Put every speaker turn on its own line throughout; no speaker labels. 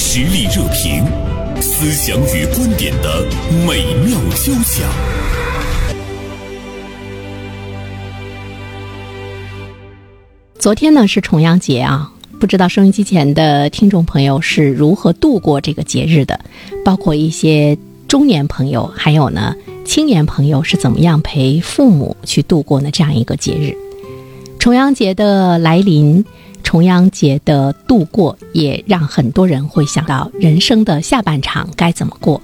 实力热评，思想与观点的美妙交响。
昨天呢是重阳节啊，不知道收音机前的听众朋友是如何度过这个节日的，包括一些中年朋友，还有呢青年朋友是怎么样陪父母去度过呢这样一个节日。重阳节的来临，重阳节的度过，也让很多人会想到人生的下半场该怎么过。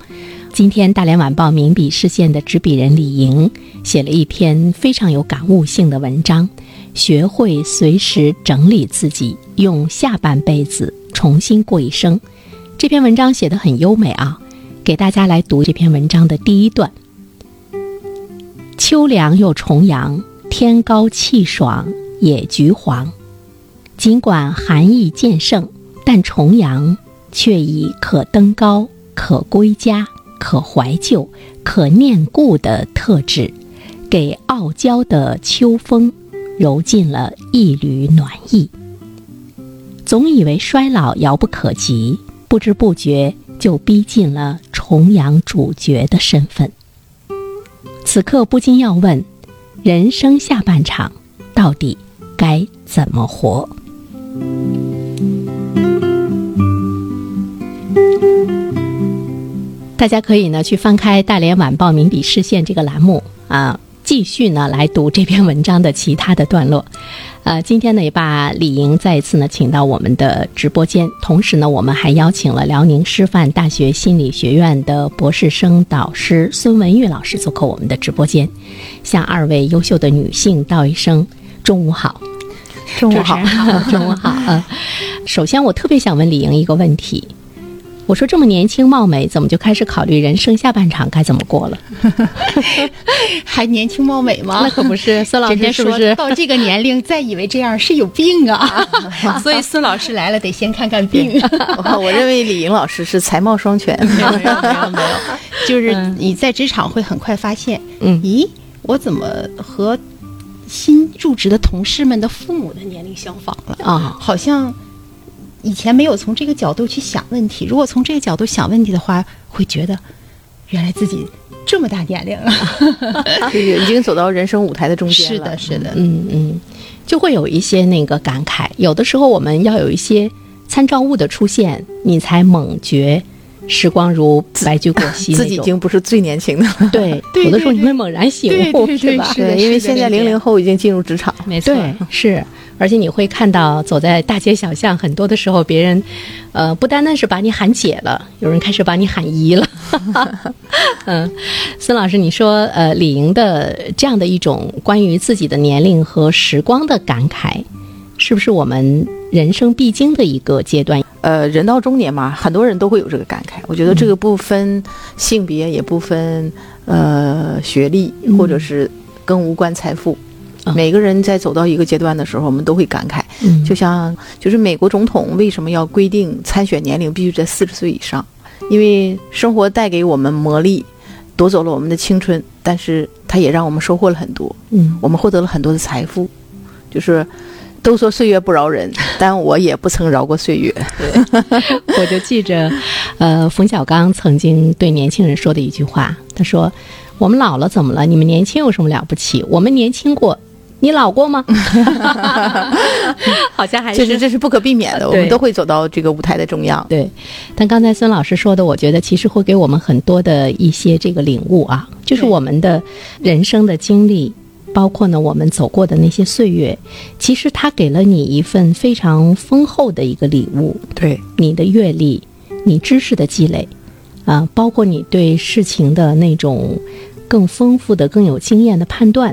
今天，《大连晚报》名笔视线的执笔人李莹写了一篇非常有感悟性的文章，学会随时整理自己，用下半辈子重新过一生。这篇文章写得很优美啊，给大家来读这篇文章的第一段：秋凉又重阳，天高气爽。野菊黄，尽管寒意渐盛，但重阳却已可登高、可归家、可怀旧、可念故的特质，给傲娇的秋风揉进了一缕暖意。总以为衰老遥不可及，不知不觉就逼近了重阳主角的身份。此刻不禁要问：人生下半场到底？该怎么活？大家可以呢去翻开《大连晚报》名笔视线这个栏目啊，继续呢来读这篇文章的其他的段落。呃，今天呢也把李莹再一次呢请到我们的直播间，同时呢我们还邀请了辽宁师范大学心理学院的博士生导师孙文玉老师做客我们的直播间，向二位优秀的女性道一声。中午好，
中午 好，
中午好啊！首先，我特别想问李莹一个问题：我说这么年轻貌美，怎么就开始考虑人生下半场该怎么过了？
还年轻貌美吗？
那可不 是，孙老师是不是
到这个年龄再以为这样是有病 啊？所以孙老师来了得先看看病。
我认为李莹老师是才貌双全，
没有没有没有，就是你在职场会很快发现，嗯，咦，我怎么和？新入职的同事们的父母的年龄相仿了啊，好像以前没有从这个角度去想问题。如果从这个角度想问题的话，会觉得原来自己这么大年龄了，
就已经走到人生舞台的中
了。
间
是的，是的，
嗯嗯，就会有一些那个感慨。有的时候我们要有一些参照物的出现，你才猛觉。时光如白驹过隙，
自己已经不是最年轻的
了。对，
对
有的时候你会猛然醒
悟，是吧？
对， 因为现在零零后已经进入职场，
没错，是。而且你会看到，走在大街小巷，很多的时候，别人，呃，不单单是把你喊姐了，有人开始把你喊姨了。 嗯，孙老师，你说，呃，李莹的这样的一种关于自己的年龄和时光的感慨，是不是我们人生必经的一个阶段？
呃，人到中年嘛，很多人都会有这个感慨。我觉得这个不分性别，也不分呃学历，
嗯
或者是跟无关财富。嗯、每个人在走到一个阶段的时候，我们都会感慨。嗯、就像就是美国总统为什么要规定参选年龄必须在四十岁以上？因为生活带给我们磨砺，夺走了我们的青春，但是它也让我们收获了很多。嗯，我们获得了很多的财富，就是。都说岁月不饶人，但我也不曾饶过岁月。
我就记着，呃，冯小刚曾经对年轻人说的一句话，他说：“我们老了怎么了？你们年轻有什么了不起？我们年轻过，你老过 吗？” 好像还
是这是这是不可避免的，我们都会走到这个舞台的中央。
对，但刚才孙老师说的，我觉得其实会给我们很多的一些这个领悟啊，就是我们的人生的经历。包括呢，我们走过的那些岁月，其实它给了你一份非常丰厚的一个礼物。
对
你的阅历，你知识的积累，啊、呃，包括你对事情的那种更丰富的、更有经验的判断，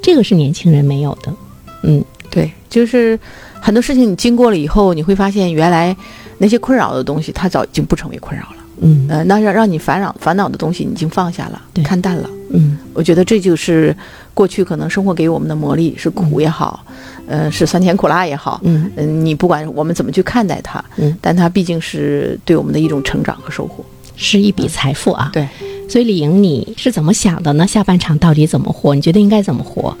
这个是年轻人没有的。嗯，
对，就是很多事情你经过了以后，你会发现原来那些困扰的东西，它早已经不成为困扰了。嗯，呃，那让让你烦扰烦恼的东西，你已经放下了，看淡了。嗯，我觉得这就是过去可能生活给我们的磨砺，是苦也好，嗯、呃，是酸甜苦辣也好，嗯、呃，你不管我们怎么去看待它，嗯，但它毕竟是对我们的一种成长和收获，
是一笔财富啊。
嗯、
对，所以李莹，你是怎么想的呢？下半场到底怎么活？你觉得应该怎么活？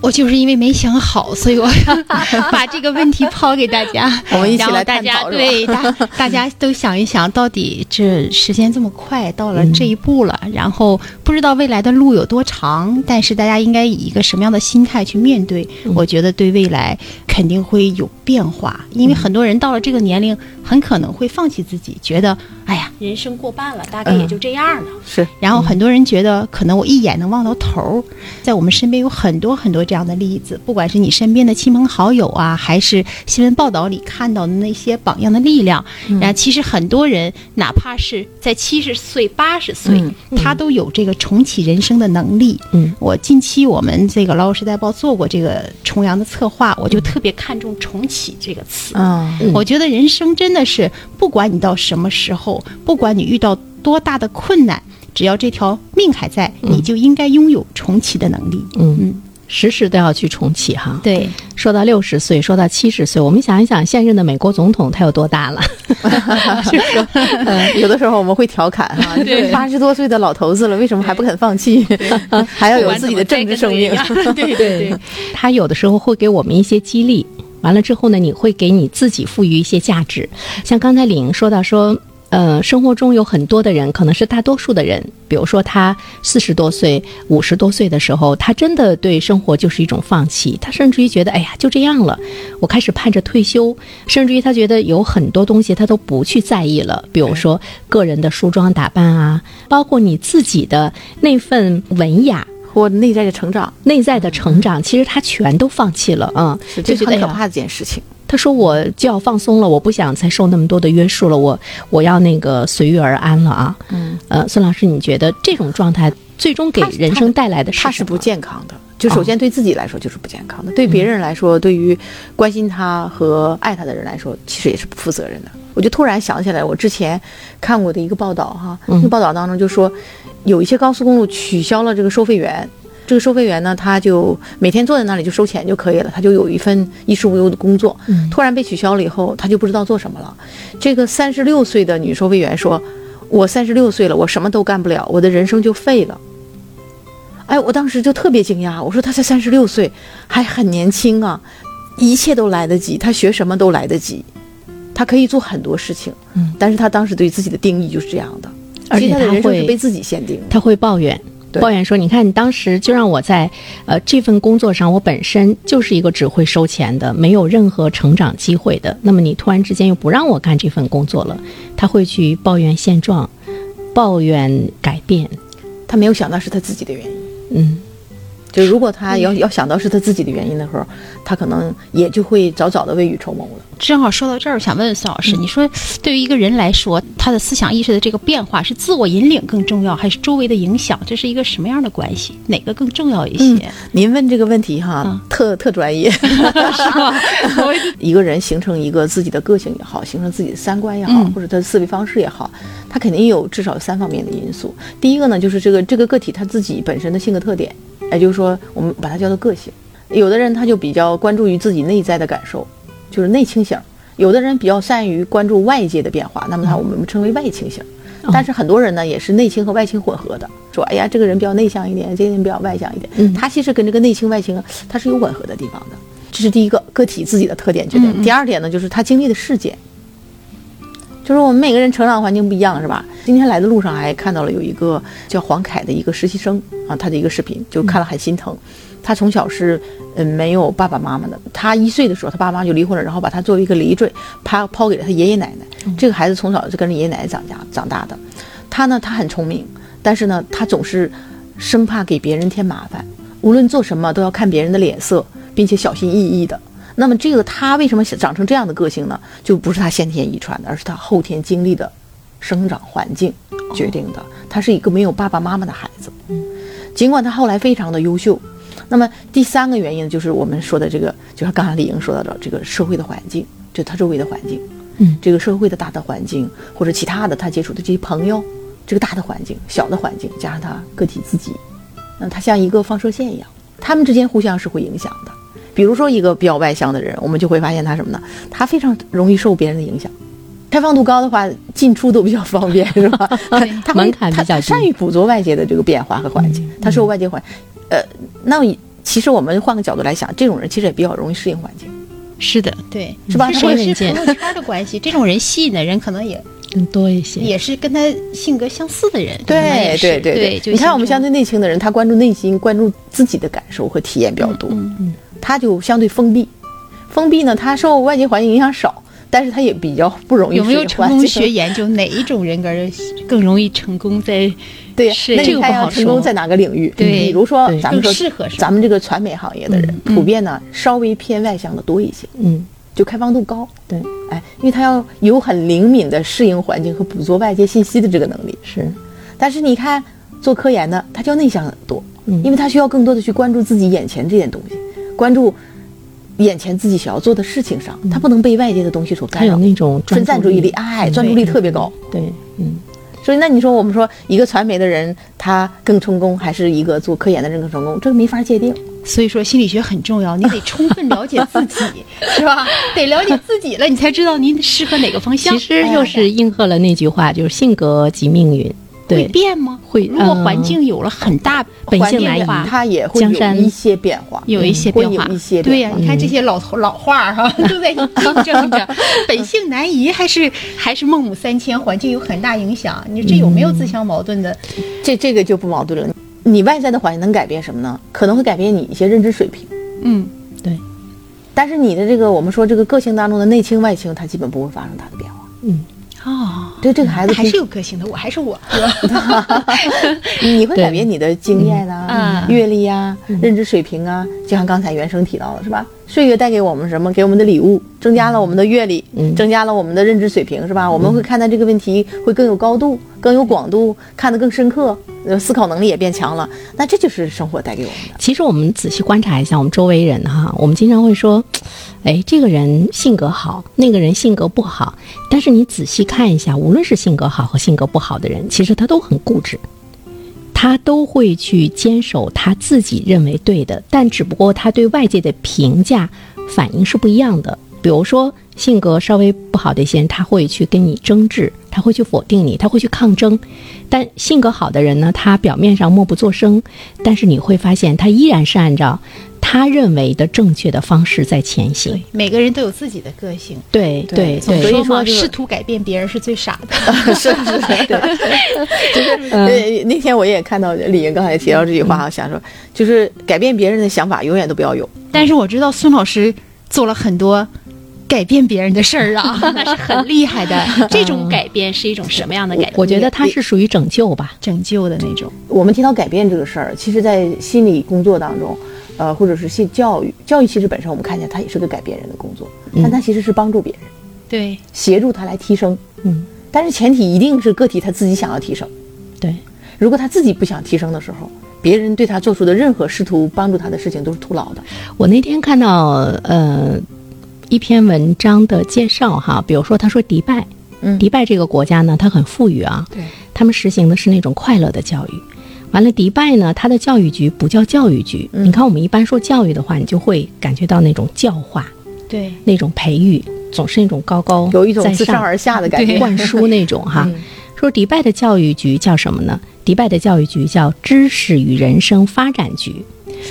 我就是因为没想好，所以我 把这个问题抛给大家，
我们一起来
大
探
家
讨是吧
对大大家都想一想，到底这时间这么快到了这一步 了，然后不知道未来的路有多长，但是大家应该以一个什么样的心态去面对？
嗯
我觉得对未来肯定会有变化，因为很多人到了这个年龄，很可能会放弃自己，觉得哎呀，人生过半了，大概
嗯
也就这样了。
是
然后很多人觉得可能我一眼能望到头儿，在我们身边有很多很多这样的例子，不管是你身边的亲朋好友啊，还是新闻报道里看到的那些榜样的力量，然后其实很多人哪怕是在七十岁、八十岁，他都有这个重启人生的能力。
嗯，
我近期我们这个《老友时代报》做过这个重阳的策划，我就特别看重“重启”这个词。
嗯，
我觉得人生真的是，不管你到什么时候，不管你遇到多大的困难，只要这条命还在，你就应该拥有重启的能力。
嗯时时都要去重启哈。
对，
说到六十岁，说到七十岁，我们想一想，现任的美国总统他有多大了？
嗯呃有的时候我们会调侃哈，八十多岁的老头子了，为什么还不肯放弃？ 还要有自己的政治生命。
对对对，
他有的时候会给我们一些激励，完了之后呢，你会给你自己赋予一些价值。像刚才李莹说到说，呃，生活中有很多的人，可能是大多数的人，比如说他四十多岁、五十多岁的时候，他真的对生活就是一种放弃，他甚至于觉得，哎呀，就这样了，我开始盼着退休，甚至于他觉得有很多东西他都不去在意了，比如说个人的梳妆打扮啊，包括你自己的那份文雅。
或内在的成长
内在的成长，其实他全都放弃了啊、
是
就
这
觉
是
得
很可
哎呀
怕的一件事情。
他说我就要放松了，我不想再受那么多的约束了，我我要那个随遇而安了啊。嗯，呃，孙老师，你觉得这种状态最终给
他是
人生带来的
它
是
是
什
不
么？
健康的。就首先对自己来说就是不健康的，对别人来说，对于关心他和爱他的人来说，其实也是不负责任的。我就突然想起来，我之前看过的一个报道哈，那报道当中就说，有一些高速公路取消了这个收费员。这个收费员呢，他就每天坐在那里就收钱就可以了，他就有一份衣食无忧的工作。突然被取消了以后，他就不知道做什么了。这个三十六岁的女收费员说：“我三十六岁了，我什么都干不了，我的人生就废了。”哎，我当时就特别惊讶，我说他才三十六岁，还很年轻啊，一切都来得及，他学什么都来得及，他可以做很多事情。嗯，但是他当时对自己的定义就是这样的，
而且
其实他的
他
人生
会
是被自己限定的。
他会抱怨。
对
抱怨说：“你看，你当时就让我在，呃，这份工作上，我本身就是一个只会收钱的，没有任何成长机会的。那么你突然之间又不让我干这份工作了，他会去抱怨现状，抱怨改变。
他没有想到是他自己的原因。
嗯，
就如果他要要想到是他自己的原因的时候，他可能也就会早早的未雨绸缪了。
正好说到这儿，我想问问孙老师，你说对于一个人来说，他的思想意识的这个变化是自我引领更重要，还是周围的影响？这是一个什么样的关系？哪个更重要一些？
您问这个问题哈，
嗯
特特专业，一个人形成一个自己的个性也好，形成自己的三观也好，
嗯
或者他的思维方式也好，他肯定有至少有三方面的因素。第一个呢，就是这个这个个体他自己本身的性格特点，也就是说，我们把它叫做个性。有的人他就比较关注于自己内在的感受，就是内倾型；有的人比较善于关注外界的变化，那么他我们称为外倾型。但是很多人呢，也是内倾和外倾混合的，说哎呀，这个人比较内向一点，这个人比较外向一点。他其实跟这个内倾外倾它是有吻合的地方的。这是第一个个体自己的特点决定。第二点呢，就是他经历的事件，就是我们每个人成长环境不一样，是吧？今天来的路上还看到了有一个叫黄凯的一个实习生啊，他的一个视频，就看了很心疼。他从小是嗯没有爸爸妈妈的，他一岁的时候他爸妈就离婚了，然后把他作为一个累赘抛抛给了他爷爷奶奶。这个孩子从小是跟着爷爷奶奶长大长大的，他呢他很聪明，但是呢他总是生怕给别人添麻烦，无论做什么都要看别人的脸色，并且小心翼翼的。那么这个他为什么长成这样的个性呢？就不是他先天遗传的，而是他后天经历的生长环境决定的。他是一个没有爸爸妈妈的孩子，尽管他后来非常的优秀。那么第三个原因就是我们说的这个，就是刚才李莹说到的这个社会的环境，就他周围的环境，
嗯，
这个社会的大的环境或者其他的他接触的这些朋友，这个大的环境、小的环境加上他个体自己，那它像一个放射线一样，他们之间互相是会影响的。比如说一个比较外向的人，我们就会发现他什么呢？他非常容易受别人的影响。开放度高的话，进出都比较方 便，是吧？他他会
门槛比
他
较
他
低嗯
善于捕捉外界的这个变化和环境，他受外界环，呃，那其实我们换个角度来想，这种人其实也比较容易适应环境。
是的，对，
是吧
这
他会
是
很
也
贱
是朋友圈的关系， 这种人吸引的人可能也
更多一些。
也是跟他性格相似的人。可能也
对
是
对
对
对
就
你看我们
相
相对内倾的人，他关注内心，关注自己的感受和体验比
嗯
较多，他就相对封闭。封闭呢，他受外界环境影响少，但是他也比较不容易
有没有
适应
成
环
功
境
学？研究哪一种人格更容易成功在？
对呀，
是
那
这
你
个
看
不
要
好
成功
说
在哪个领域？
对
比如说
对
咱们
更
说
适合嗯什么
咱们这个传媒行业的人，普遍呢稍微偏外向的多一些，
嗯，
就开放度高。
对，
哎，因为他要有很灵敏的适应环境和捕捉外界信息的这个能力。
是，
但是你看做科研的，他就要内向很多，
嗯
因为他需要更多的去关注自己眼前这件东西，关注眼前自己想要做的事情上，他不能被外界的东西所
他
干
有
扰。
那种
分散注意力，
啊，
哎，专注力特别高。
对，嗯，
所以那你说，我们说一个传媒的人他更成功，还是一个做科研的人更成功？这个没法界定。
所以说心理学很重要，你 得充分了解自己，是吧？得了解自己了，你才知道您适合哪个方向。
其实又是应和了那句话，就是性格即命运，
会
对，
变吗？
会
如果
嗯
环境有了很大
本
环
性
境
来
的
移
话，
他也会
江
有
山
一些变化，嗯
有一些
会
变化，
有一些
对呀、
变化
你看这些老头老话儿哈、 都在印证着本性难移，还是还是孟母三迁，环境有很大影响。你说这有没有自相矛盾的？
这这个就不矛盾了。你外在的环境能改变什么呢？可能会改变你一些认知水平，
嗯，
对，
但是你的这个我们说这个个性当中的内倾外倾，它基本不会发生大的变化。
哦，
对这个孩子
那还是
平
有个性的，我还是我。
你会改变你的经验
嗯
啊、
嗯
阅历啊、认知水平啊，就像刚才原生提到的是吧？岁月带给我们什么？给我们的礼物，增加了我们的阅历，
嗯
增加了我们的认知水平，是吧？我们会看待这个问题会更有高度、更有广度，看得更深刻，呃思考能力也变强了。那这就是生活带给我们的。
其实我们仔细观察一下我们周围人哈，我们经常会说，哎，这个人性格好，那个人性格不好。但是你仔细看一下，无论是性格好和性格不好的人，其实他都很固执，他都会去坚守他自己认为对的，但只不过他对外界的评价反应是不一样的。比如说，性格稍微不好的一些人，他会去跟你争执，他会去否定你，他会去抗争。但性格好的人呢，他表面上默不作声，但是你会发现他依然是按照他认为的正确的方式在前行。
每个人都有自己的个性。
对对
总
对，
说嘛，
这个
试图改变别人是最傻的。
是是是，对，就是呃，那天我也看到李云刚才提到这句话，我想说，就是改变别人的想法，永远都不要有。
但是我知道孙老师做了很多改变别人的事儿啊，那是很厉害的。这种改变是一种什么样的改变？
我觉得他是属于拯救吧。
拯救的那种。
我们提到改变这个事儿，其实，在心理工作当中，呃，或者是性教育，教育其实本身我们看见它也是个改变人的工作，但它其实是帮助别人，
对，
协助他来提升。
嗯，
但是前提一定是个体他自己想要提升。
对，
如果他自己不想提升的时候，别人对他做出的任何试图帮助他的事情都是徒劳的。
我那天看到呃一篇文章的介绍哈，比如说他说迪拜，
嗯
迪拜这个国家呢，它很富裕啊，
对，
他们实行的是那种快乐的教育。完了，迪拜呢，它的教育局不叫教育局，
嗯
你看我们一般说教育的话，你就会感觉到那种教化，
对，
那种培育，总是那种高高
有一种
在
自上而下的感觉。嗯
灌 输那种 哈。说迪拜的教育局叫什么呢？迪拜的教育局叫知识与人生发展局。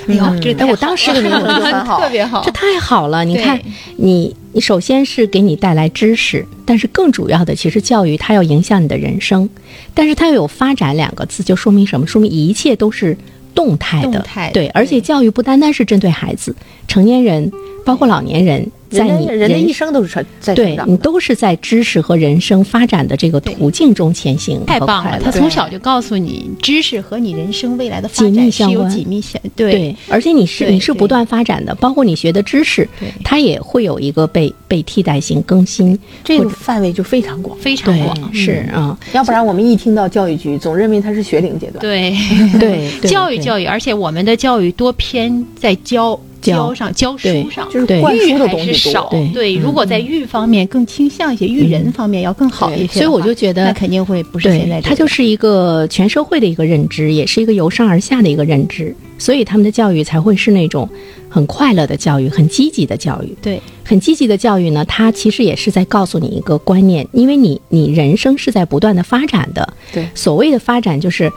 哎呦，这
哎，我当时
这个名字就很好，
特别好
这。太好了！你
对
看，你你首先是给你带来知识，但是更主要的，其实教育它要影响你的人生，但是它又有发展两个字，就说明什么？说明一切都是动态的，
动态的
对。而且
对
教育不单单是针对孩子、成年人，包括老年人，在
人
你
的人的一生都是成在成
对
长
你
的。
都是在知识和人生发展的这个途径中前行，
太棒
了
了！，他从小就告诉你，知识和你人生未来的发
紧密
展是
相
有
关
紧密相对
对，而且你是
对
你是不
对
断发展的，包括你学的知识
对，
它也会有一个被被替代性更新。
这个范围就非常广，
非常
对，
广。
是
嗯
啊，
要不然我们一听到教育局，总认为它是学龄阶段。
对，
对，
教育
育，
教育，而且我们的教育多偏在教
教
教上教
对
书上，
就是
对
灌
育
输的
还
东
是
西
少
多，。
对嗯
对，如果在育方面更倾向一些，育人方面要更好一些的话，
所以我就觉得
那肯定会不是现
对
在，
它就是一个全社会的一个认知，也是一个由上而下的一个认知，所以他们的教育才会是那种很快乐的教育，很积极的教育。
对
很积极的教育呢，它其实也是在告诉你一个观念，因为你你人生是在不断的发展的。
对
所谓的发展就是。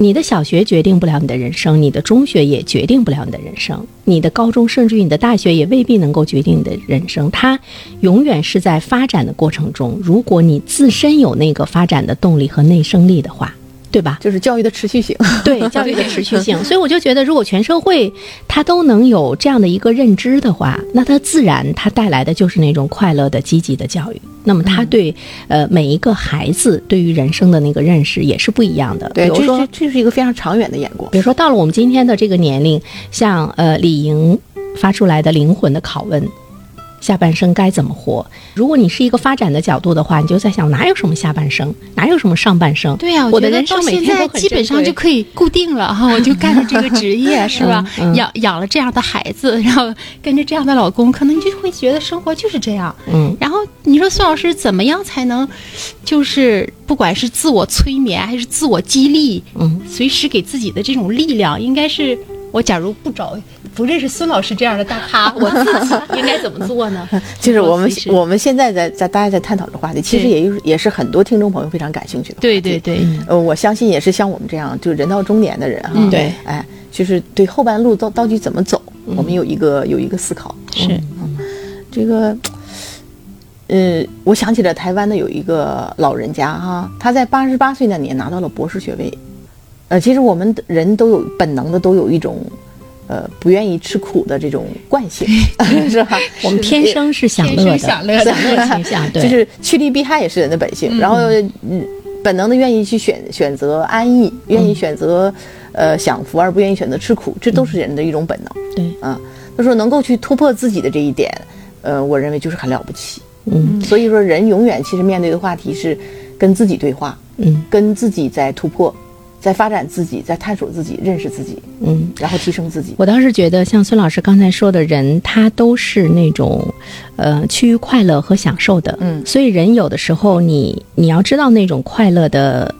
你的小学决定不了你的人生，你的中学也决定不了你的人生，你的高中甚至于你的大学也未必能够决定你的人生。它永远是在发展的过程中，如果你自身有那个发展的动力和内生力的话，对吧？
就是教育的持续性，
对教育的持续性。所以我就觉得，如果全社会他都能有这样的一个认知的话，那它自然它带来的就是那种快乐的、积极的教育。那么他对、嗯、呃每一个孩子对于人生的那个认识也是不一样的。
对，
比如说
这这是一个非常长远的眼光。
比如说到了我们今天的这个年龄，像呃李莹发出来的灵魂的拷问。下半生该怎么活？如果你是一个发展的角度的话，你就在想哪有什么下半生，哪有什么上半生？
对呀、啊，
我的人生每
天在基本上就可以固定了哈，我就干着这个职业是吧？嗯嗯、养养了这样的孩子，然后跟着这样的老公，可能你就会觉得生活就是这样。嗯，然后你说孙老师怎么样才能，就是不管是自我催眠还是自我激励，嗯，随时给自己的这种力量，应该是。我假如不找不认识孙老师这样的大咖，我自己应该怎么做呢？
就是我们我们现在在在大家在探讨的话题，其实也也是很多听众朋友非常感兴趣的。
对对对，
呃，我相信也是像我们这样就人到中年的人哈、啊，
对、
嗯，哎，就是对后半路到到底怎么走，嗯、我们有一个有一个思考。
是，
嗯、这个，呃，我想起了台湾的有一个老人家哈、啊，他在八十八岁那年拿到了博士学位。呃，其实我们人都有本能的，都有一种，呃，不愿意吃苦的这种惯性， 是吧？
我们天生是 享乐的，
享乐的
倾向，对，
就是趋利避害也是人的本性。嗯、然后，嗯，本能的愿意去选选择安逸，愿意选择、嗯、呃享福，而不愿意选择吃苦，这都是人的一种本能。
对、
嗯，啊，他说能够去突破自己的这一点，呃，我认为就是很了不起。嗯，所以说人永远其实面对的话题是跟自己对话，嗯，跟自己在突破。在发展自己，在探索自己，认识自己，嗯，然后提升自己。
我倒是觉得，像孙老师刚才说的人，他都是那种，呃，趋于快乐和享受的，嗯，所以人有的时候你，你你要知道那种快乐的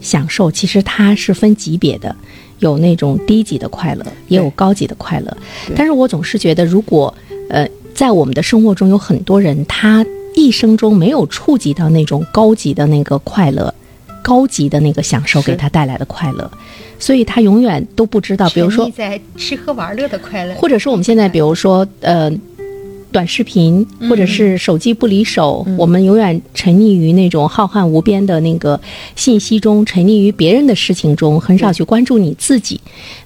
享受，其实它是分级别的，有那种低级的快乐，也有高级的快乐。但是我总是觉得，如果呃，在我们的生活中有很多人，他一生中没有触及到那种高级的那个快乐。高级的那个享受给他带来的快乐，所以他永远都不知道，啊比如说
在吃喝玩乐的快乐，
或者说我们现在比如说呃，短视频或者是手机不离手，嗯嗯、我们永远沉溺于那种浩瀚无边的那个信息中，沉溺于别人的事情中，很少去关注你自己，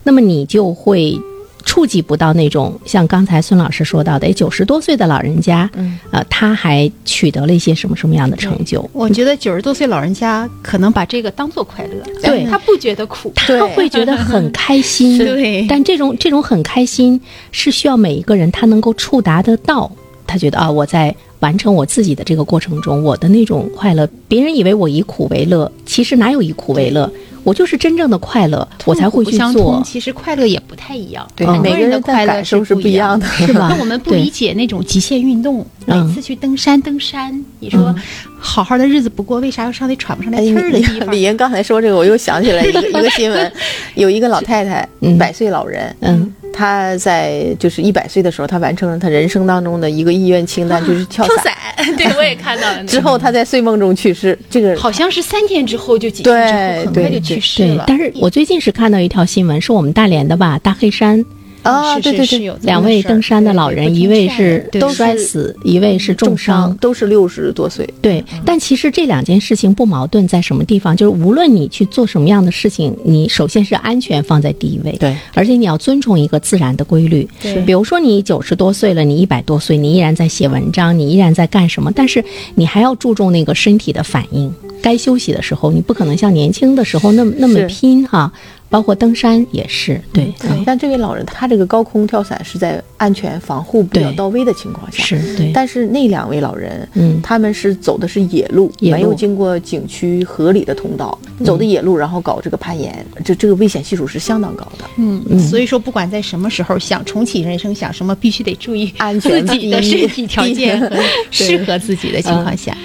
那么你就会。触及不到那种像刚才孙老师说到的，哎九十多岁的老人家，嗯，呃，他还取得了一些什么什么样的成就？
我觉得九十多岁老人家可能把这个当做快乐，
对
他不觉得苦，
他会觉得很开 心。
对，
但这种这种很开心是需要每一个人他能够触达得到，他觉得啊，我在完成我自己的这个过程中，我的那种快乐，别人以为我以苦为乐，其实哪有以苦为乐？我就是真正的快乐，我才会去做。
其实快乐也不太一样，
对，
每个人的快乐
是
不
一样
的，
是 吧？
那我们不理解那种极限运动，每
嗯
次去登山，登山，你说好好的日子不过，为啥要上那喘不上
哎
来气儿的地方？
哎李莹刚才说这个，我又想起来 一个一个新闻，有一个老太太，百岁老人，嗯，她在就是一百岁的时候，她完成了她人生当中的一个意愿清单，就是
啊跳
伞。
对，我也看到了。
之后她在睡梦中去世，这个
好像是三天之后就几天之后，很快就去。
对，但是我最近是看到一条新闻，是我们大连的吧，大黑山
啊，对对
对，
两位登山的老人，一位是摔死，一位是重伤，
都是六十多岁。
对，但其实这两件事情不矛盾，在什么地方？就是无论你去做什么样的事情，你首先是安全放在第一位，
对，
而且你要遵从一个自然的规律。比如说你九十多岁了，你一百多岁，你依然在写文章，你依然在干什么？但是你还要注重那个身体的反应。该休息的时候，你不可能像年轻的时候那么那么拼哈、啊，包括登山也是对。
嗯、但这位老人他这个高空跳伞是在安全防护比较到位的情况下，
是对。
但是那两位老人，嗯，他们是走的是野路，
野
路没有经过景区合理的通道，嗯、走的野路，然后搞这个攀岩，这这个危险系数是相当高的。
嗯，嗯所以说不管在什么时候想重启人生，想什么必须得注意
安全
自己的身体条件和适合自己的情况下。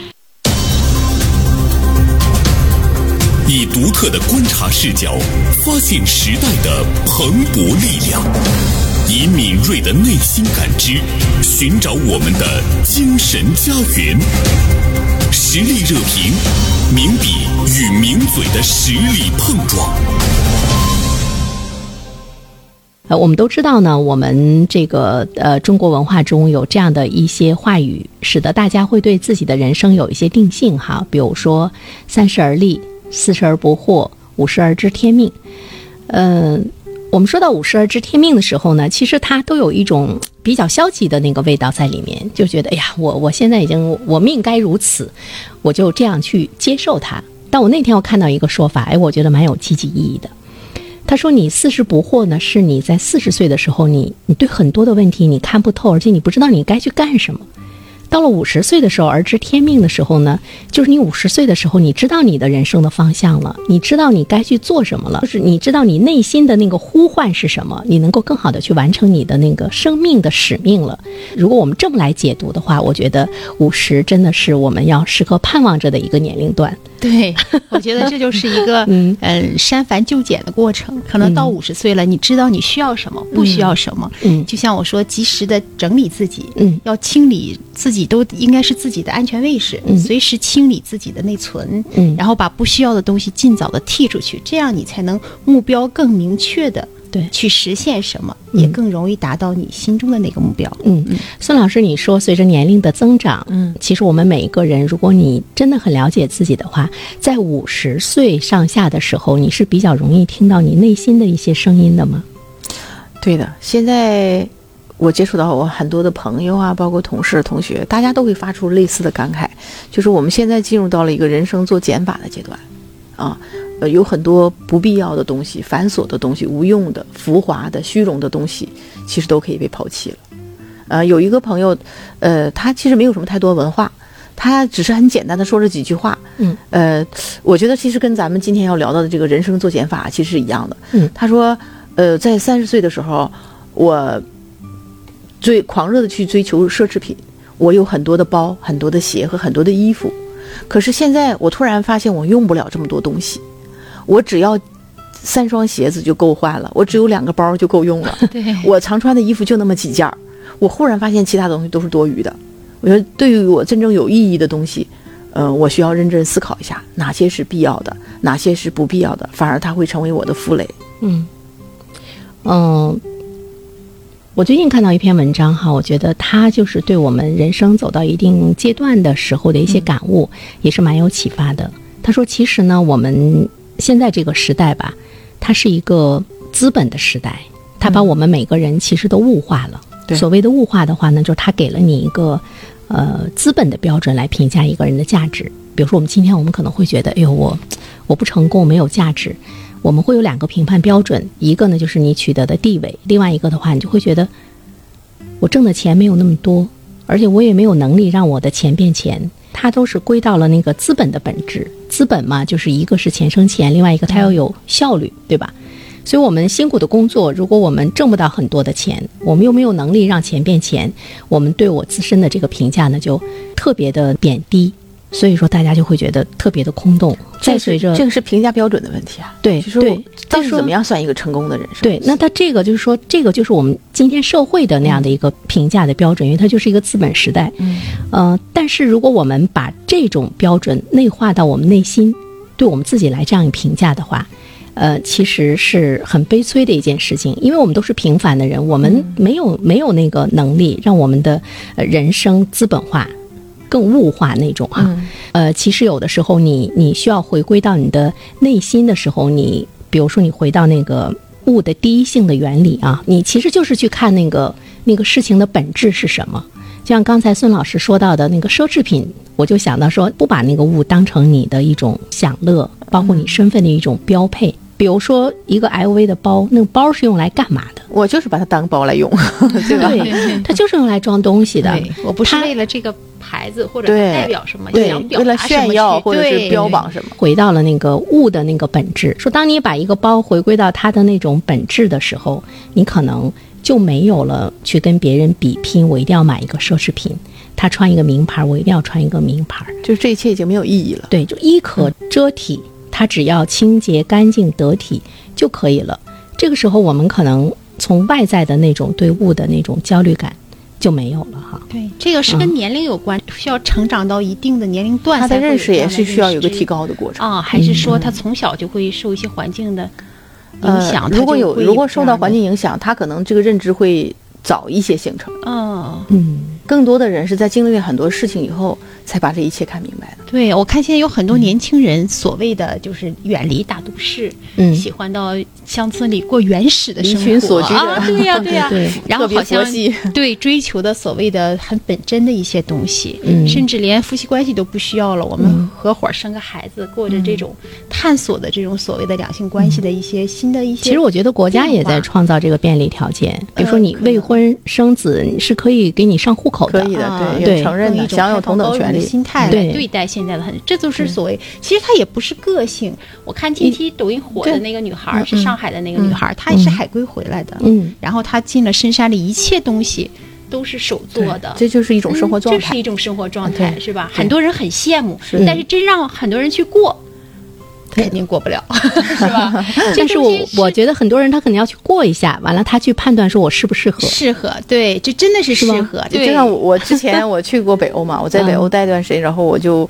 以独特的观察视角，发现时代的蓬勃力量；以敏锐的内心感知，寻找我们的精神家园。实力热评，名笔与名嘴的实力碰撞。
呃，我们都知道呢，我们这个呃中国文化中有这样的一些话语，使得大家会对自己的人生有一些定性哈，比如说三十而立，四十而不惑，五十而知天命。呃，我们说到五十而知天命的时候呢，其实它都有一种比较消极的那个味道在里面，就觉得哎呀，我我现在已经我命该如此，我就这样去接受它。但我那天我看到一个说法，哎，我觉得蛮有积极意义的。他说：“你四十不惑呢，是你在四十岁的时候你，你你对很多的问题你看不透，而且你不知道你该去干什么。到了五十岁的时候，而知天命的时候呢，就是你五十岁的时候，你知道你的人生的方向了，你知道你该去做什么了，就是你知道你内心的那个呼唤是什么，你能够更好的去完成你的那个生命的使命了。如果我们这么来解读的话，我觉得五十真的是我们要时刻盼望着的一个年龄段。”
对，我觉得这就是一个 嗯、呃、删繁就简的过程。可能到五十岁了，你知道你需要什么，不需要什么。嗯，就像我说，及时的整理自己，嗯，要清理自己，都应该是自己的安全卫士，嗯、随时清理自己的内存，嗯，然后把不需要的东西尽早的剔出去，这样你才能目标更明确的。
对，
去实现什么也更容易达到你心中的那个目标。
嗯，孙老师，你说随着年龄的增长，嗯，其实我们每一个人，如果你真的很了解自己的话，在五十岁上下的时候，你是比较容易听到你内心的一些声音的吗？
对的，现在我接触到我很多的朋友啊，包括同事、同学，大家都会发出类似的感慨，就是我们现在进入到了一个人生做减法的阶段，啊。呃，有很多不必要的东西、繁琐的东西、无用的、浮华的、虚荣的东西，其实都可以被抛弃了。呃，有一个朋友，呃，他其实没有什么太多文化，他只是很简单的说了几句话。嗯，呃，我觉得其实跟咱们今天要聊到的这个人生做减法其实是一样的。嗯，他说，呃，在三十岁的时候，我追狂热的去追求奢侈品，我有很多的包、很多的鞋和很多的衣服，可是现在我突然发现我用不了这么多东西。我只要三双鞋子就够换了，我只有两个包就够用了。
对，
我常穿的衣服就那么几件儿。我忽然发现其他东西都是多余的。我觉得对于我真正有意义的东西，呃，我需要认真思考一下，哪些是必要的，哪些是不必要的，反而它会成为我的负累。
嗯，嗯，我最近看到一篇文章哈，我觉得它就是对我们人生走到一定阶段的时候的一些感悟，嗯、也是蛮有启发的。他说，其实呢，我们。现在这个时代吧，它是一个资本的时代，它把我们每个人其实都物化了。
嗯、
所谓的物化的话呢，就是它给了你一个呃资本的标准来评价一个人的价值。比如说，我们今天我们可能会觉得，哎呦，我我不成功，没有价值。我们会有两个评判标准，一个呢就是你取得的地位，另外一个的话，你就会觉得我挣的钱没有那么多，而且我也没有能力让我的钱变钱。它都是归到了那个资本的本质，资本嘛，就是一个是钱生钱，另外一个它要有效率，对吧？所以，我们辛苦的工作，如果我们挣不到很多的钱，我们又没有能力让钱变钱，我们对我自身的这个评价呢，就特别的贬低。所以说，大家就会觉得特别的空洞。再随着
这个是评价标准的问题啊，
对对，
到底怎么样算一个成功的人生？
对，那他这个就是说，这个就是我们今天社会的那样的一个评价的标准，因为它就是一个资本时代。嗯，呃，但是如果我们把这种标准内化到我们内心，对我们自己来这样一评价的话，呃，其实是很悲催的一件事情，因为我们都是平凡的人，我们没有、嗯、没有那个能力让我们的呃人生资本化。更物化那种啊，嗯、呃，其实有的时候你你需要回归到你的内心的时候，你比如说你回到那个物的第一性的原理啊，你其实就是去看那个那个事情的本质是什么。就像刚才孙老师说到的那个奢侈品，我就想到说，不把那个物当成你的一种享乐，包括你身份的一种标配。嗯比如说一个 LV 的包，那个包是用来干嘛的？
我就是把它当包来用，
对
吧？
对，它就是用来装东西的。
我不是为了这个牌子或者代表什么，
对，为了炫耀或者是标榜什么。
回到了那个物的那个本质。说，当你把一个包回归到它的那种本质的时候，你可能就没有了去跟别人比拼。我一定要买一个奢侈品，他穿一个名牌，我一定要穿一个名牌。
就这一切已经没有意义了。
对，就衣可遮体。嗯它只要清洁、干净、得体就可以了。这个时候，我们可能从外在的那种对物的那种焦虑感，就没有了哈。
对，这个是跟年龄有关，需要成长到一定的年龄段，
他的认识也是需要有个
提
提高的过程。
啊，还是说他从小就会受一些环境的影
呃
响？他
如果
就
有
会
如果受到
这样的
环境影响，他可能这个认知会早一些形成。
嗯，
嗯
更多的人是在经历了很多事情以后，才把这一切看明白的。
对，我看现在有很多年轻人所谓的就是远离大都市，
嗯
喜欢到乡村里过原始的
离
生活，
群索居的
啊，对呀、对呀、
对
然后
特别
好像嗯
佛系
对追求的所谓的很本真的一些东西，
嗯
甚至连夫妻关系都不需要了，我们
嗯
合伙生个孩子，过着这种探索的这种所谓的两性关
嗯
系的一些新的一些，
其实我觉得国家也在创造这个便利条
嗯
件，比如说你未婚生子你是可以给你上户口
可
的，
以的，
啊
对，
对
承认
用一
的，
种
享有
开放
同
包
等
容
权
的
利。
心态
对
来对待现在的很，这就是所谓，其实它也不是个性。我看近期抖音火的那个女孩
嗯
儿是上海的那个女孩儿，她也是海归回来的，
嗯，
然后她进了深山里，一切东西都是手做的。
这就是一种生活
嗯
状
这是
态
一。种生活状态，
对
是吧？很多人很羡慕，
是
但是真让很多人去过，肯定过不了， 是 吧？这
但是我
东西
我觉得很多人他可能要去过一下，完了他去判断说我适不适合。
适合，对，这真的是适
吧
合，
就
对，
就像我我 之前我去过北欧嘛，我在北欧
嗯
待一段时间，然后我就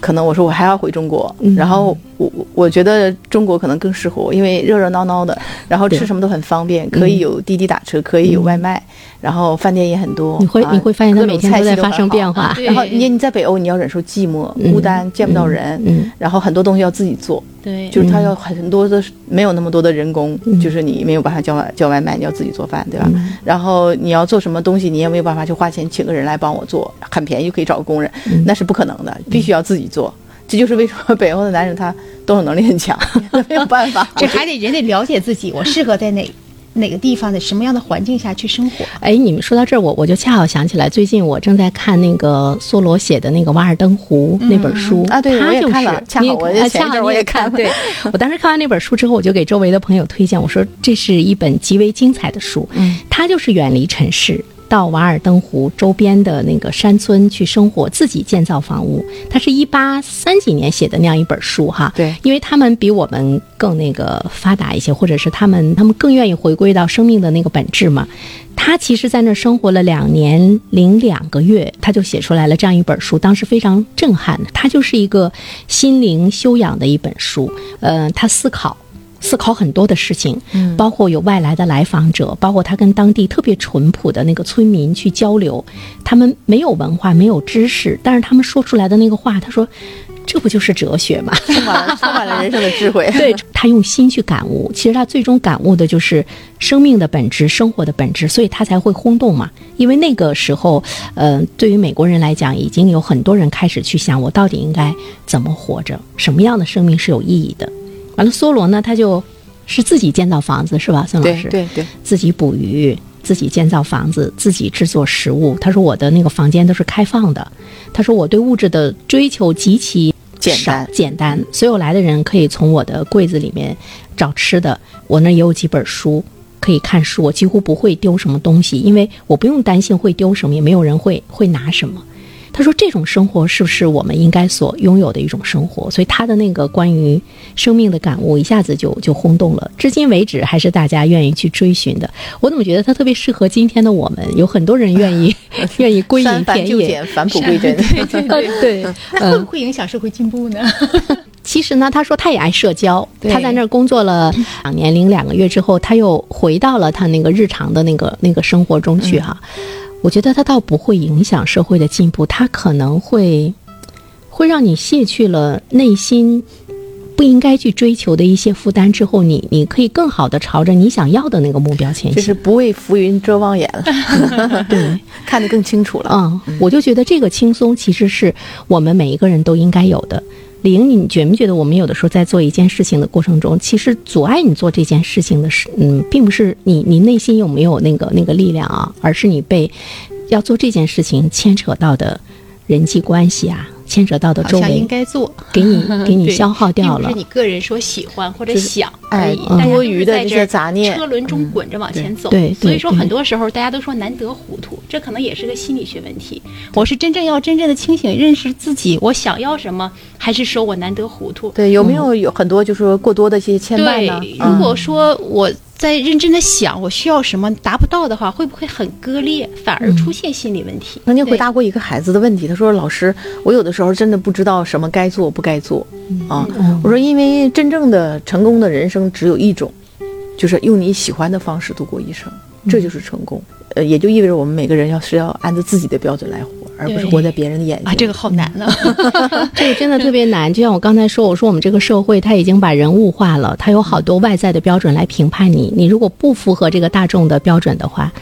可能我说我还要回中国，
嗯
然后我我我觉得中国可能更适合我，因为热热闹闹的，然后吃什么都很方便，可
嗯
以有滴滴打车，可以有外卖，然后饭店也很多。
你会
啊
你会发现他
各种
每天
菜
都
系
在
很
发生
好啊
变化。
对
然后你你在北欧，你要忍受寂寞、孤单，见不到人，
嗯
然后很多东西要自己做，
对，
就是它要很多的没有那么多的人工，
嗯
就是你没有办法叫外叫外卖，你要自己做饭，对吧？然后你要做什么东西，你也没有办法去花钱请个人来帮我做，很便宜就可以找个工人，
嗯
那是不可能的，必须要自己做。这就是为什么北欧的男人他动手能力很强，没有办法。
这还得人得了解自己，我适合在 哪哪个地方，在什么样的环境下去生活。
哎，你们说到这儿，我我就恰好想起来，最近我正在看那个梭罗写的那个《瓦尔登湖》那本书
啊对
他
我也
就是
看了恰好
你也
我
看
也
啊
前一
恰
阵
好
我
你
也
也
看
看。
了
对，我当时看完那本书之后，我就给周围的朋友推荐，我说这是一本极为精彩的书。嗯，他就是远离尘世。到瓦尔登湖周边的那个山村去生活，自己建造房屋。他是一八三几年写的那样一本书哈，
对
因为他们比我们更那个发达一些，或者是他们他们更愿意回归到生命的那个本质嘛。他其实在那儿生活了两年零两个月，他就写出来了这样一本书，当时非常震撼。他就是一个心灵修养的一本书，呃，他思考。思考很多的事情，包括有外来的来访者，包括他跟当地特别淳朴的那个村民去交流，他们没有文化，没有知识，但是他们说出来的那个话，他说，这不就是哲学吗？
充满了充满了人生的智慧。
对他用心去感悟，其实他最终感悟的就是生命的本质、生活的本质，所以他才会轰动嘛。因为那个时候，呃，对于美国人来讲，已经有很多人开始去想，我到底应该怎么活着，什么样的生命是有意义的。完了，梭罗呢，他就是自己建造房子，是吧，孙老
对
师？
对对，
自己捕鱼，自己建造房子，自己制作食物。他说我的那个房间都是开放的。他说我对物质的追求极其
简单
少简单，所有来的人可以从我的柜子里面找吃的。我那儿也有几本书。可以看书，我几乎不会丢什么东西，因为我不用担心会丢什么，也没有人会会拿什么。他说这种生活是不是我们应该所拥有的一种生活？所以他的那个关于生命的感悟一下子就就轰动了，至今为止还是大家愿意去追寻的。我怎么觉得他特别适合今天的我们？有很多人愿 意愿意归
删
隐
繁
田
就
野。
简，返璞归真。
对，
那会不会影响社会进步呢？
其实呢，他说他也爱社交，
对
他在那儿工作了两年零两个月之后，他又回到了他那个日常的那个那个生活中去哈、我觉得他倒不会影响社会的进步，他可能会会让你卸去了内心不应该去追求的一些负担之后，你你可以更好的朝着你想要的那个目标前
就
进。
是不为浮云遮望眼了，对， 看得更清楚了。
嗯，我就觉得这个轻松其实是我们每一个人都应该有的。玲，你觉不觉得我们有的时候在做一件事情的过程中，其实阻碍你做这件事情的是，嗯，并不是你你内心有没有那个那个力量啊，而是你被要做这件事情牵扯到的人际关系啊，牵扯到的
好
周
像应
围，
该做，
给你给 你
对
消耗
哦
掉
并不
了
是。你个人说喜欢或者想而
哎
已，大家
多
都是
余的
在
这
这
些
儿
杂念嗯
车轮中滚着往前走。
对对
所以说
对
很多时候大家都说难得糊涂，这可能也是个心理学问题。我是真正要真正的清醒认识自己，我想要什么，还是说我难得糊涂？
嗯
对，有没有有很多就是说过多的一些牵绊呢？嗯
对，如果说我在认真的想我需要什么，达不到的话，会不会很割裂，反而出现心理问题？
嗯曾经回答过一个孩子的问题，他说：“老师，我有的时候真的不知道什么该做不该做
嗯
啊。”我说：“因为真正的成功的人生只有一种，就是用你喜欢的方式度过一生，这就是成功。呃，也就意味着我们每个人要是要按照自己的标准来活，而不是活在别人的眼睛。”
啊，这个好难
啊，这个真的特别难。就像我刚才说，我说我们这个社会它已经把人物化了，它有好多外在的标准来评判你。你如果不符合这个大众的标准的话，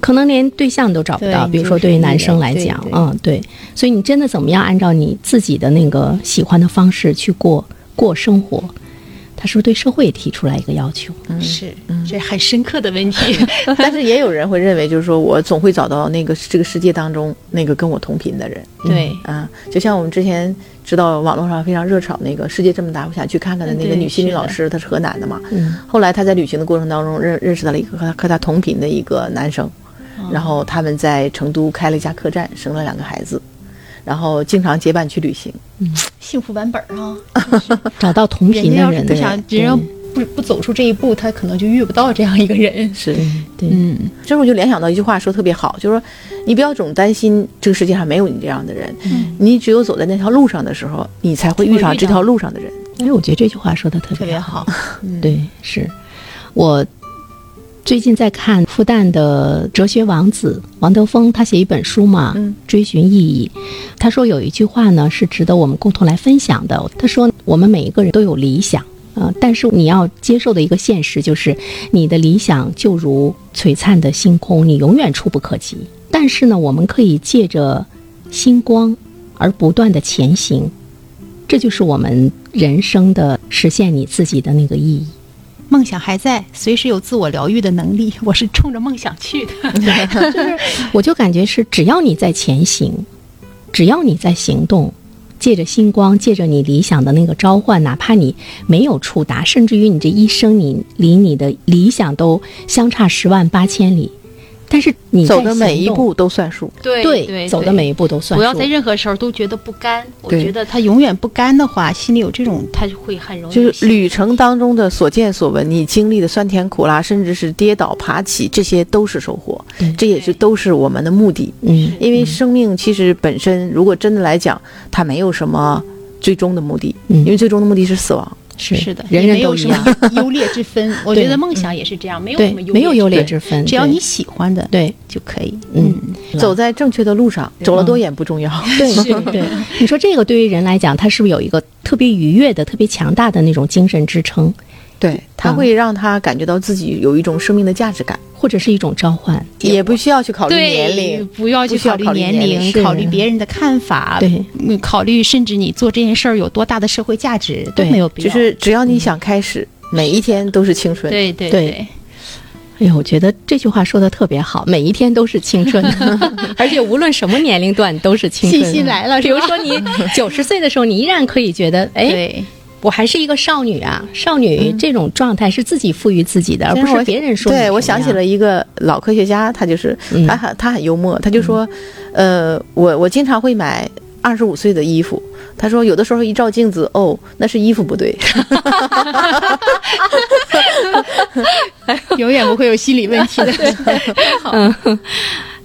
可能连对象都找不到。比如说，对于男生来讲，嗯，对。所以你真的怎么样按照你自己的那个喜欢的方式去过过生活？他是不是对社会提出来一个要求？
嗯、 是，这很深刻的问题。
但是也有人会认为，就是说我总会找到那个这个世界当中那个跟我同频的人。
对、
嗯，啊，就像我们之前知道网络上非常热炒那个“世界这么大，我想去看看”的那个女心理老师，她嗯是河南的嘛。嗯。后来她在旅行的过程当中认认识到了一个和和她同频的一个男生，哦、然后他们在成都开了一家客栈，生了两个孩子。然后经常结伴去旅行，
嗯，幸福版本啊，
找到同频的人，
不想人要不不走出这一步，他可能就遇不到这样一个人。
是，
对，
嗯，这时候就联想到一句话说特别好，就是说你不要总担心这个世界上没有你这样的人，嗯、你只有走在那条路上的时候，你才会遇上这条路上 的人。
哎，我觉得这句话说的特别
特别好，
嗯、对，是我。最近在看复旦的哲学王子王德峰，他写一本书嘛，《追寻意义》。他说有一句话呢是值得我们共同来分享的。他说我们每一个人都有理想，呃，但是你要接受的一个现实就是，你的理想就如璀璨的星空，你永远触不可及。但是呢，我们可以借着星光而不断的前行，这就是我们人生的实现你自己的那个意义。
梦想还在，随时有自我疗愈的能力。我是冲着梦想去的，
就是我就感觉是，只要你在前行，只要你在行动，借着星光，借着你理想的那个召唤，哪怕你没有触达，甚至于你这一生你离你的理想都相差十万八千里，但是你
走的每一步都算数。
对
对，
对
走的每一步都算数。
不要在任何时候都觉得不甘。我觉得他永远不甘的话，心里有这种，他就会很容易。
嗯就是旅程当中的所见所闻，你经历的酸甜苦辣，甚至是跌倒爬起，这些都是收获，这也是都是我们的目的。
嗯，
因为生命其实本身，如果真的来讲，它没有什么最终的目的，
嗯、
因为最终的目的是死亡。
是
是的，
人人都
一样，优劣之分。我觉得梦想也是这样，没有什么
没有优劣
之
分，
只要你喜欢的
对
就可以。
嗯，
走在正确的路上，走了多远不重要。
对 对，你说这个对于人来讲，他是不是有一个特别愉悦的、特别强大的那种精神支撑？
对，他会让他感觉到自己有一种生命的价值感，
或者是一种召唤，
也不需要去考虑年龄，
不要去
考
虑年龄，考虑别人的看法，嗯
对，
考虑甚至你做这件事儿有多大的社会价值都没有必
要。就是只要你想开始，每一天都是青春。
对对对。
哎呦，我觉得这句话说的特别好，每一天都是青春， 而且无论什么年龄段都是青春。
信心来了，
比如说你 九十岁的时候，你依然可以觉得，哎。我还是一个少女啊，少女这种状态是自己赋予自己的，而不是别人说。
对，我想起了一个老科学家，他就是
嗯
他很他很幽默，他就说，呃，我我经常会买二十五岁的衣服。他说有的时候一照镜子，哦，那是衣服不对，
永远不会有心理问题的。
嗯，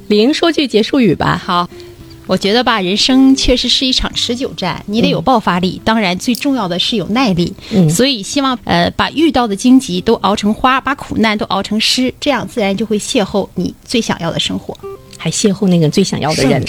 玲说句结束语吧。
好。我觉得吧，人生确实是一场持久战，你得有爆发力，嗯、当然最重要的是有耐力。
嗯，
所以希望呃把遇到的荆棘都熬成花，把苦难都熬成诗，这样自然就会邂逅你最想要的生活，
还邂逅那个最想要的人。